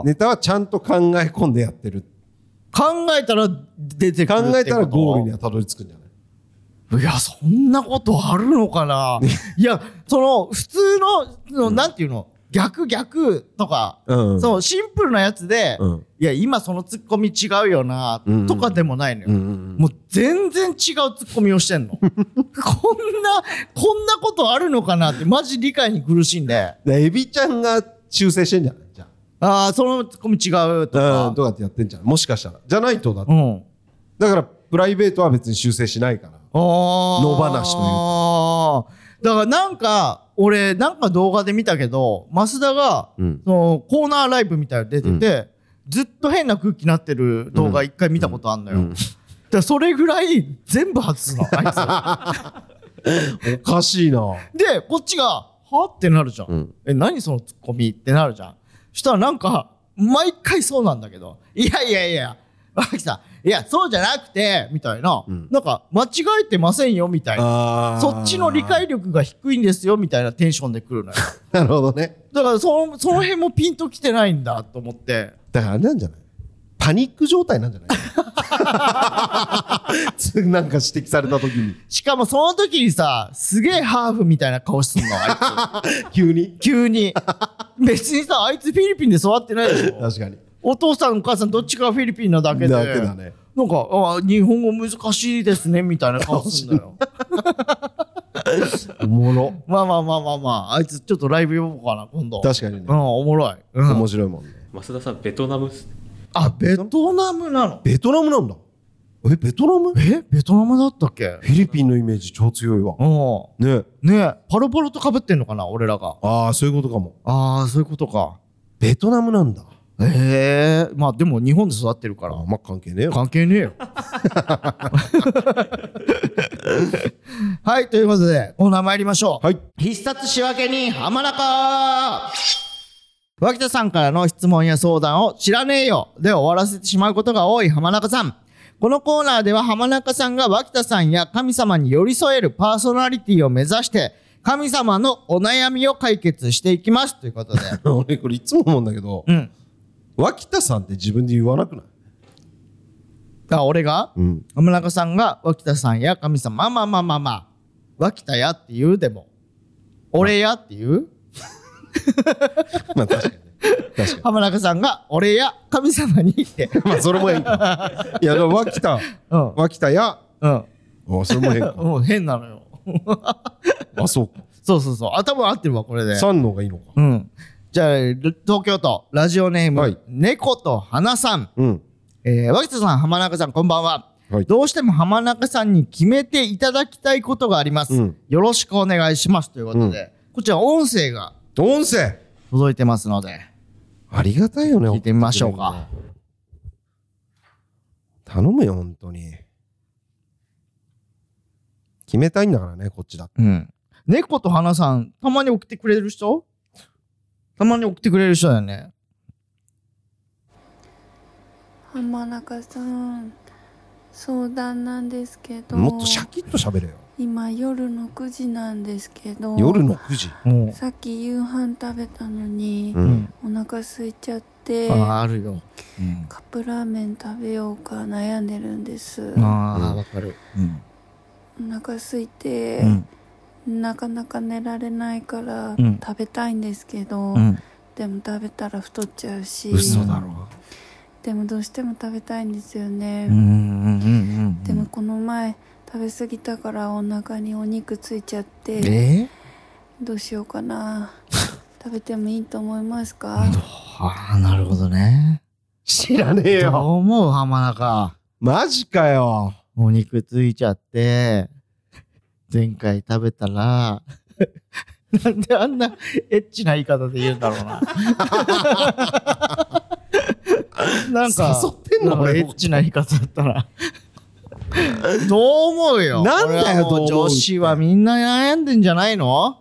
ーてネタはちゃんと考え込んでやってる考えたら出てく考るえってことたらゴールにはたどり着くんじゃないいや、そんなことあるのかな いや、その、普通の、そのなんていうの、逆逆とか、うんそのシンプルなやつで、うんいや、今そのツッコミ違うよなうんう、んとかでもないのよ。うんうんもう全然違うツッコミをし てんの。こんな、こんなことあるのかなって、マジ理解に苦しんで、でエビちゃんが修正してんじゃないじゃああ、そのツッコミ違うとあうんか、どうやってやってんじゃんもしかしたらじゃないとだってうん。だからプライベートは別に修正しないから野野放しといういうだからなんか俺なんか動画で見たけど増田が、うんそのコーナーライブみたいなの出てて、ずっと変な空気になってる動画一回見たことあんのよ、 だからそれぐらい全部外 すのあおかしいないつでこっちが「は?」ってなるじゃん、んえ何そのツッコミってなるじゃんしたらなんか毎回そうなんだけど「いやいやいや脇さんいやそうじゃなくて」みたいな、んなんか間違えてませんよみたいあなーそっちの理解力が低いんですよみたいなテンションで来る のよ。なるほどねだからそのその辺もピンときてないんだと思って。だからあれなんじゃないパニック状態なんじゃないつ なんか指摘された時にしかもその時にさ、すげえハーフみたいな顔すんの、あ急にいつ。 急に。別にさ、あいつフィリピンで育ってないでしょ。確かにお父さんお母さんどっちかがフィリピンなだけで。だけだねなんか、あ日本語難しいですね、みたいな顔すんの よ。おもろまあまあまあまあまあ、あいつちょっとライブ呼ぼうかな、今度。確かにねうん、おもろい。うん面白いもんね増田さんベトナムっすあ、ベトナムなのベトナムなんだえベトナムフえベトナムだったっけィリピンのイメージ超強いわうん。ねねえパロパロとかぶってんのかな俺らがああそういうことかもああそういうことかベトナムなんだええまあでも日本で育ってるからあんま関係ねえよ関係ねえよはいということでコーナー参りましょう、はい必殺仕分け人浜中脇田さんからの質問や相談を知らねえよで終わらせてしまうことが多い浜中さんこのコーナーでは浜中さんが脇田さんや神様に寄り添えるパーソナリティを目指して神様のお悩みを解決していきますということで俺これいつも思うんだけどうん脇田さんって自分で言わなくないあ俺が、ん浜中さんが脇田さんや神様まあまあまあまあまあ脇田やって言うでも俺やって言うまあ確かにね確か浜中さんが俺や神様にってにまあそれも変か いやでも脇田うん脇田やうんあそれも変かもう変なのよ あそうかそうそうそう頭合ってるわこれで三の方がいいのかうんじゃあル東京都ラジオネーム、はい猫と花さんうんえー、脇田さん、浜中さん、こんばんは。はいどうしても浜中さんに決めていただきたいことがあります。うんよろしくお願いします。ということで、こちら音声が音声届いてますので、ありがたいよね聞いてみましょうか。頼むよ本当に決めたいんだからねこっちだってうん。猫と花さん、たまに送ってくれる人たまに送ってくれる人だよね。浜中さん相談なんですけどもっとシャキッと喋れよ今夜の9時なんですけど夜の9時もさっき夕飯食べたのにうう。うんん。お腹空いちゃってあカあ、あるよ。うん。ップラーメン食べようか悩んでるんですおああ、わかる。うん。腹空いて、うん。なかなか寝られないからん食べたいんですけど、うん。でも食べたら太っちゃうし嘘だろでもどうしても食べたいんですよね、うん。うん。うん。でもこの前食べ過ぎたからお腹にお肉ついちゃって、えーどうしよう かな食べてもいいと思いますかはあ、なるほどね。知らねえどうよ思う浜中。マジかよお肉ついちゃって、前回食べたら、 なんであんなエッチな言い方で言うんだろう な。なんか、誘ってんのなんか俺エもッチな言い方だったら。どう思うよなんだよ俺はもどう思うって女子はみんな悩んでんじゃないの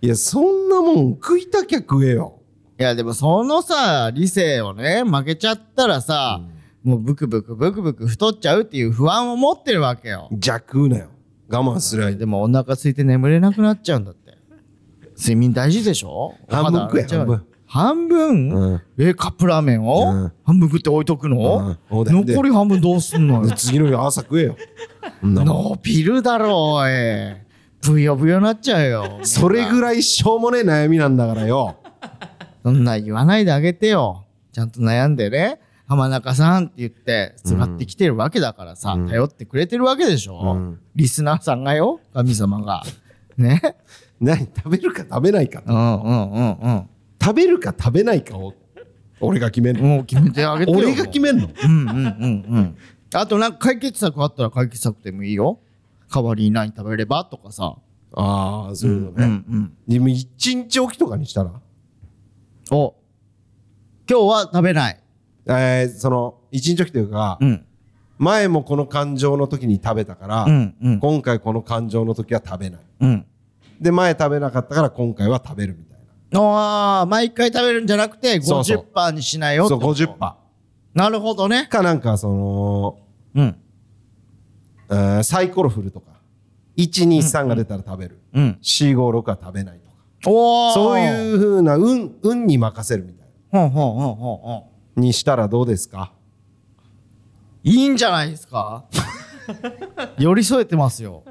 いやそんんなもん食いたきゃ食えよ。いや、でもそのさ、理性をね、負けちゃったらさ、もうブクブクブクブク太っちゃうっていう不安を持ってるわけよ。じゃあ食うなよ。我慢すりゃいい。でもお腹空いて眠れなくなっちゃうんだって。睡眠大事でしょ半分食えお肌半分半分うんえ、カップラーメンを、うん半分食って置いとくの、うんおでんで。残り半分どうすんのよ 次の日朝食え よ。そんなもん伸びるだろ、おい。ブヨブヨなっちゃうよ。それぐらいしょうもねえ悩みなんだからよ。そんな言わないであげてよ。ちゃんと悩んでね。浜中さんって言って、つがってきてるわけだからさ、頼ってくれてるわけでしょ、うんリスナーさんがよ、神様が。ね。何食べるか食べないか。うんうんうん食べるか食べないかを俺が決めるうん。。もう決めてあげてよ。俺が決めんのうんうんうんうん。あとなんか解決策あったら解決策でもいいよ。代わりに何食べればとかさ。ああ、そういうのうんうね。ん。でも一日おきとかにしたらお今日は食べない。えー、その、一日おきというか、ん。前もこの感情の時に食べたから、うんうん今回この感情の時は食べない。うん。で、前食べなかったから今回は食べるみたいああ、毎回食べるんじゃなくて、そうそう50%にしないな。よってそう、こと50%。かなるほどね。なんか、その、うん。えーサイコロ振るとか、1、2、3が出たら食べる。うん。 4、5、6は食べないとか。おお。。そういうう風な、運、運に任せるみたいほんほんほんほんほな。にしたらどうですかん。いいんじゃないで すか寄り添えてますよ。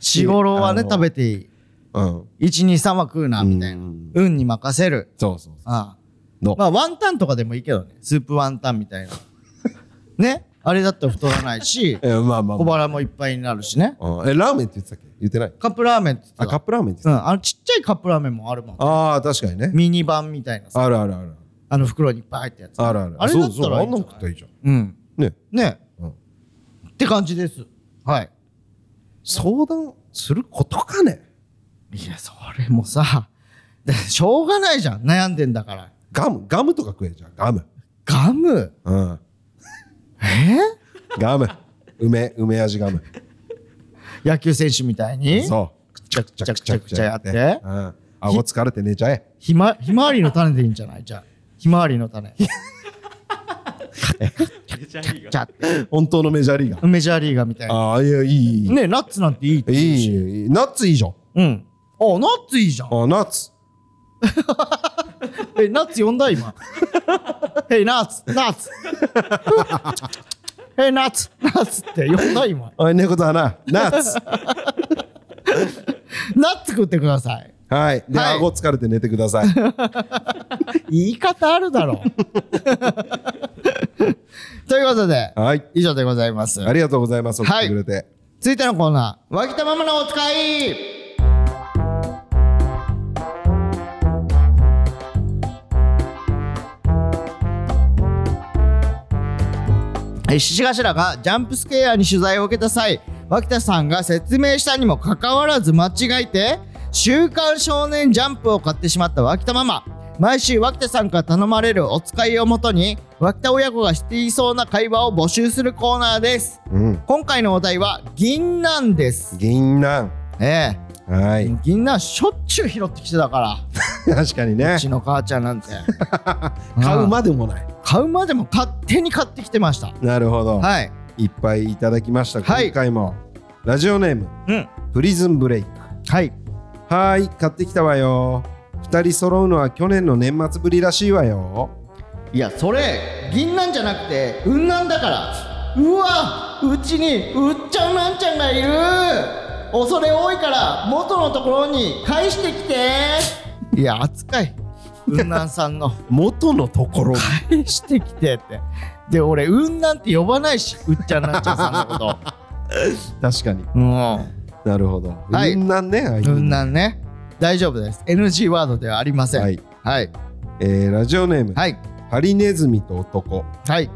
日頃はね、あの食べていい。うん。 1、2、3は食うな、みたいなうん。運に任せる。そうそうそう。あどあうまあ、ワンタンとかでもいいけどね。スープワンタンみ たいな。ね。あれだったら太らないし、えーまあまあ小まあ、腹もいっぱいになるしね。うんえ、ラーメンって言ってたっけ言ってない。カップラーメンって言ってたあ、カップラーメンってう言ってん。あのちっちゃいカップラーメンもあるもん。た。ああ、確かにね。ミニ版みたいなさ。あるあるある。あの袋にいっぱい入ったやつ。あるある。あれだったらいいんじゃないそうそうあんなの食ったらいいじゃん。うん。ね。ね。うんって感じです。はい。相談することかねいや、それもさ、 だしょうがないじゃん。悩んでんだから。ガム、ガムとか食えじゃん。ガム。ガムうん。えーガム。梅、梅味ガム。野球選手みたいにそう。くちゃくちゃくちゃくちゃやって。くちゃくちゃやってうん。顎疲れて寝ちゃえ。ひま、ひまわりの種でいいんじゃないじゃあ。ひまわり の種。じメジャーリーゃガーあ本当のメジャーリーガー。メジャーリーガーみたいな。ああ、いや、いい、いい。ねナッツなんていいってい言うしいいい、ナッツいいじゃん。うん。あ、ナッツいいじゃん。あナッツ。え、ナッツ呼んだ今。 え、ナッツ、ナッツ。 え、ナッツ、ナッツって呼んだ今。おい、猫だな。ナ ッツ。ナッツ食ってください。はい。で、はい顎疲れて寝てく ださい。言い方ある だろう。ということで、はい。以上でございます。ありがとうございます。送ってくれて。続いてのコーナー、脇田ママのお使いえー獅子頭がジャンプスケアに取材を受けた際脇田さんが説明したにもかかわらず間違えて「週刊少年ジャンプ」を買ってしまった脇田ママ毎週脇田さんから頼まれるお使いをもとに脇田親子がしていそうな会話を募集するコーナーですうん。今回のお題は銀なんです銀杏。えはえい。銀杏しょっちゅう拾ってきてたから確かにねうち。の母ちゃん なんて買うまでもない。買うまでも勝手に買ってきてましたなるほど。はいいっぱいいただきました、はい今回もラジオネームうんプリズンブレイクはいはーい買ってきたわよ2人揃うのは去年の年末ぶりらしいわよいやそれ銀なんじゃなくて雲なんだからうわうちにうっちゃうなんちゃんがいる恐れ多いから元のところに返してき ていや扱い雲南さんの元のところ返 してきてってで俺雲南って呼ばないしうっちゃうなんちゃんさんの こと確かにうんなるほど、はいうんなんねあい雲う南ね大丈夫です NG ワードではありませんははいいはいえーラジオネーム、はい、ハリネズミと男い、はい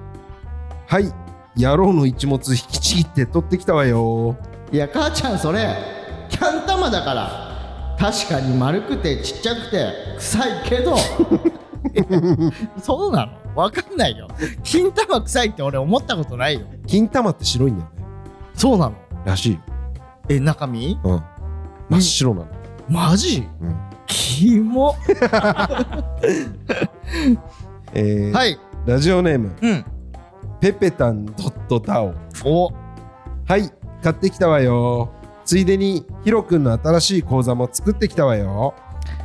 野郎の一物引きちぎって取ってきたわよや母ちゃんそれキャン玉だから確かに丸くてちっちゃくて臭いけ どそうなのわかんないよ金玉臭いって俺思ったことないよ金玉って白いんだよねそうなのらしいよえ中身うん真っ白なの、マジうん、キモえーはい。ラジオネームうん。ペペタンドットタオお、はい買ってきたわよついでにヒロ君の新しい口座も作ってきたわよ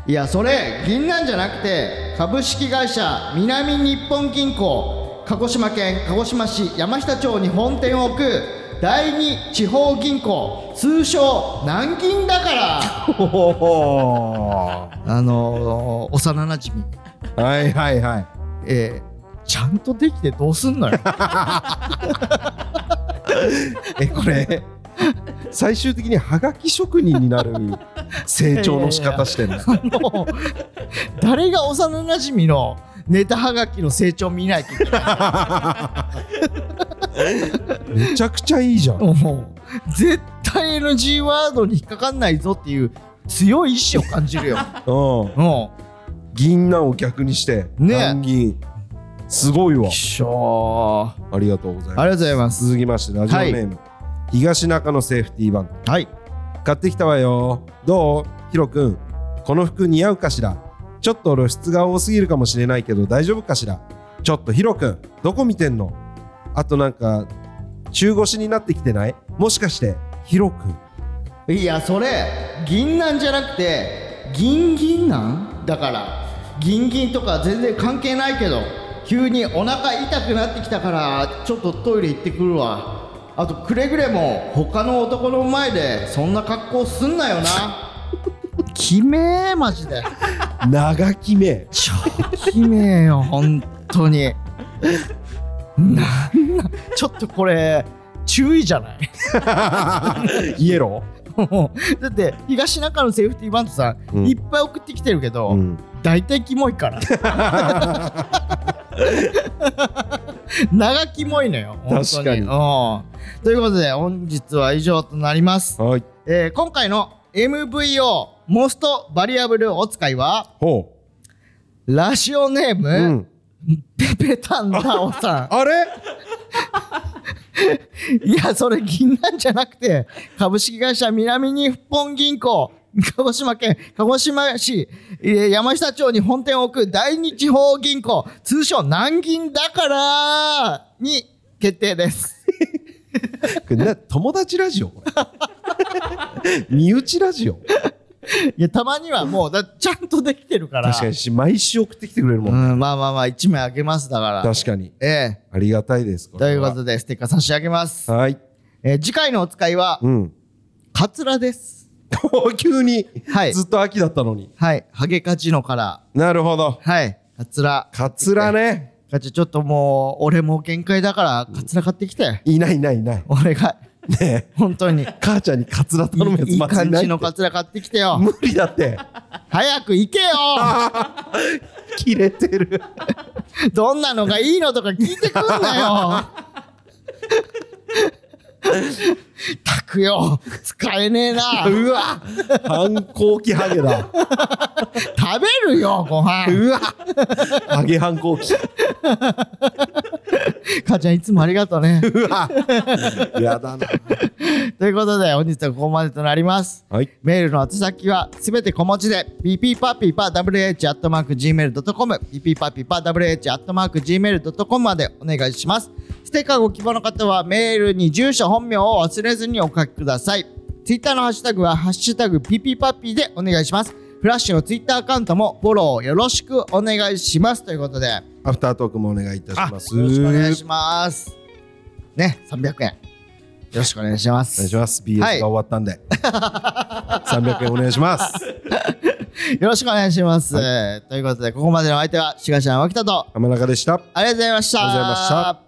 いや、それ、銀なんじゃなくて、株式会社南日本銀行、鹿児島県鹿児島市山下町に本店を置く、第二地方銀行、通称、南銀だから。あのー、幼なじみ、はいはいはいえーちゃんとできてどうすんのよ。えこれ最終的にハガキ職人になる成長の仕方してるもう誰が幼なじみのネタはがきの成長見ないといけないめちゃくちゃいいじゃんもう絶対 NG ワードに引っかかんないぞっていう強い意志を感じるよ。うんも銀杏を逆にしてね南銀すごいわうしょーありがとうございあまりがとうございますす。続きましてラジオネーム、東中のセーフティーバンドはい。買ってきたわよどうヒロ君この服似合うかしらちょっと露出が多すぎるかもしれないけど大丈夫かしらちょっとヒロ君どこ見てんのあとなんか中腰になってきてないもしかしてヒロ君いやそれ銀なんじゃなくて銀銀なんだから銀銀とか全然関係ないけど急にお腹痛くなってきたからちょっとトイレ行ってくるわあとくれぐれも他の男の前でそんな格好すんなよなきめえマジで長き めちょきめえよ本当になんなんちょっとこれ注意じゃないイエロもうだって東中のセーフティーバンドさん、うんいっぱい送ってきてるけど、ー、うん、大体キモいから長キモいのよ本当確かにうんということで本日は以上となります、はいえー今回の MVO モストバリアブルお使いはほラジオネーム、う、うん、ペペタンダオさあれんいやそれ銀なんじゃなくて株式会社南日本銀行鹿児島県鹿児島市えー山下町に本店を置く第二地方銀行通称南銀だからに決定ですこれな友達ラジオこれ 身内ラジオいやたまにはもうだちゃんとできてるから確かにし毎週送ってきてくれるもん、うんまあまあまあ1枚あげますだから確かにえありがたいですえというこれはとでステッカー差し上げます、はいえー次回のお使いはうんカツラです 急に、はいずっと秋だったのにはいハゲカジノからなるほどはいカツラカツラねガチちょっともう俺もう限界だからカツラ買ってきて、いないいないいない俺が ねえ本 当にい母ちゃんにカツラ頼むやついいいまず感ないじってのカツラ買ってきてよ無理だって早く行けよ切れてるどんなのがいいのとか聞いてくんなよたくよ使えねえな食うわ反抗期ハゲ だべるよご飯うわハゲ反抗期母ちゃんいつもありがとうねうわやだなということで本日はここまでとなりますはいメールの宛先はすべて小文字で p p パピパ w h g m a i l c o m p p パピパ w h g m a i l c o m までお願いしますステッカーご希望の方はメールに住所本名を忘れずにお書きくださいツイッターのハッシュタグは「ハッシュタグ #PP パピ」でお願いしますフラッシュのツイッターアカウントもフォローよろしくお願いしますということでよアフタートークもお願いいたしますろしくお願いしますね300円よろしくお願いしまお願いすします BS はいが終わったんで、300円お願いしますよろしくお願いします。ということで、ここまでのお相手は、志賀ちゃん、脇田と、浜中でしたありがとうございました。ありがとうございました。